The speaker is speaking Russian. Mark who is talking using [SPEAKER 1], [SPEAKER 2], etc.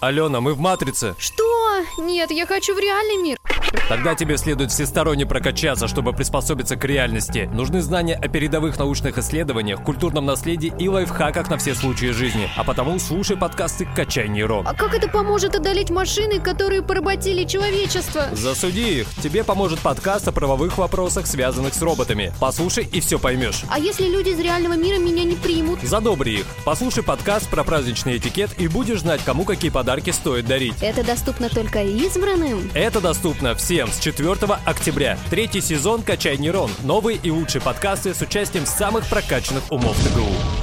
[SPEAKER 1] Алена, мы в матрице.
[SPEAKER 2] Что? Нет, я хочу в реальный мир.
[SPEAKER 1] Тогда тебе следует всесторонне прокачаться, чтобы приспособиться к реальности. Нужны знания о передовых научных исследованиях, культурном наследии и лайфхаках на все случаи жизни. А потому слушай подкасты «Качай нейрон».
[SPEAKER 2] А как это поможет одолеть машины, которые поработили человечество?
[SPEAKER 1] Засуди их. Тебе поможет подкаст о правовых вопросах, связанных с роботами. Послушай и все поймешь.
[SPEAKER 2] А если люди из реального мира меня не примут?
[SPEAKER 1] Задобри их. Послушай подкаст про праздничный этикет и будешь знать, кому какие подарки стоит дарить.
[SPEAKER 2] Это доступно только избранным?
[SPEAKER 1] Это доступно всем с 4 октября. Третий сезон «Качай нейрон». Новые и лучшие подкасты с участием самых прокачанных умов ТГУ.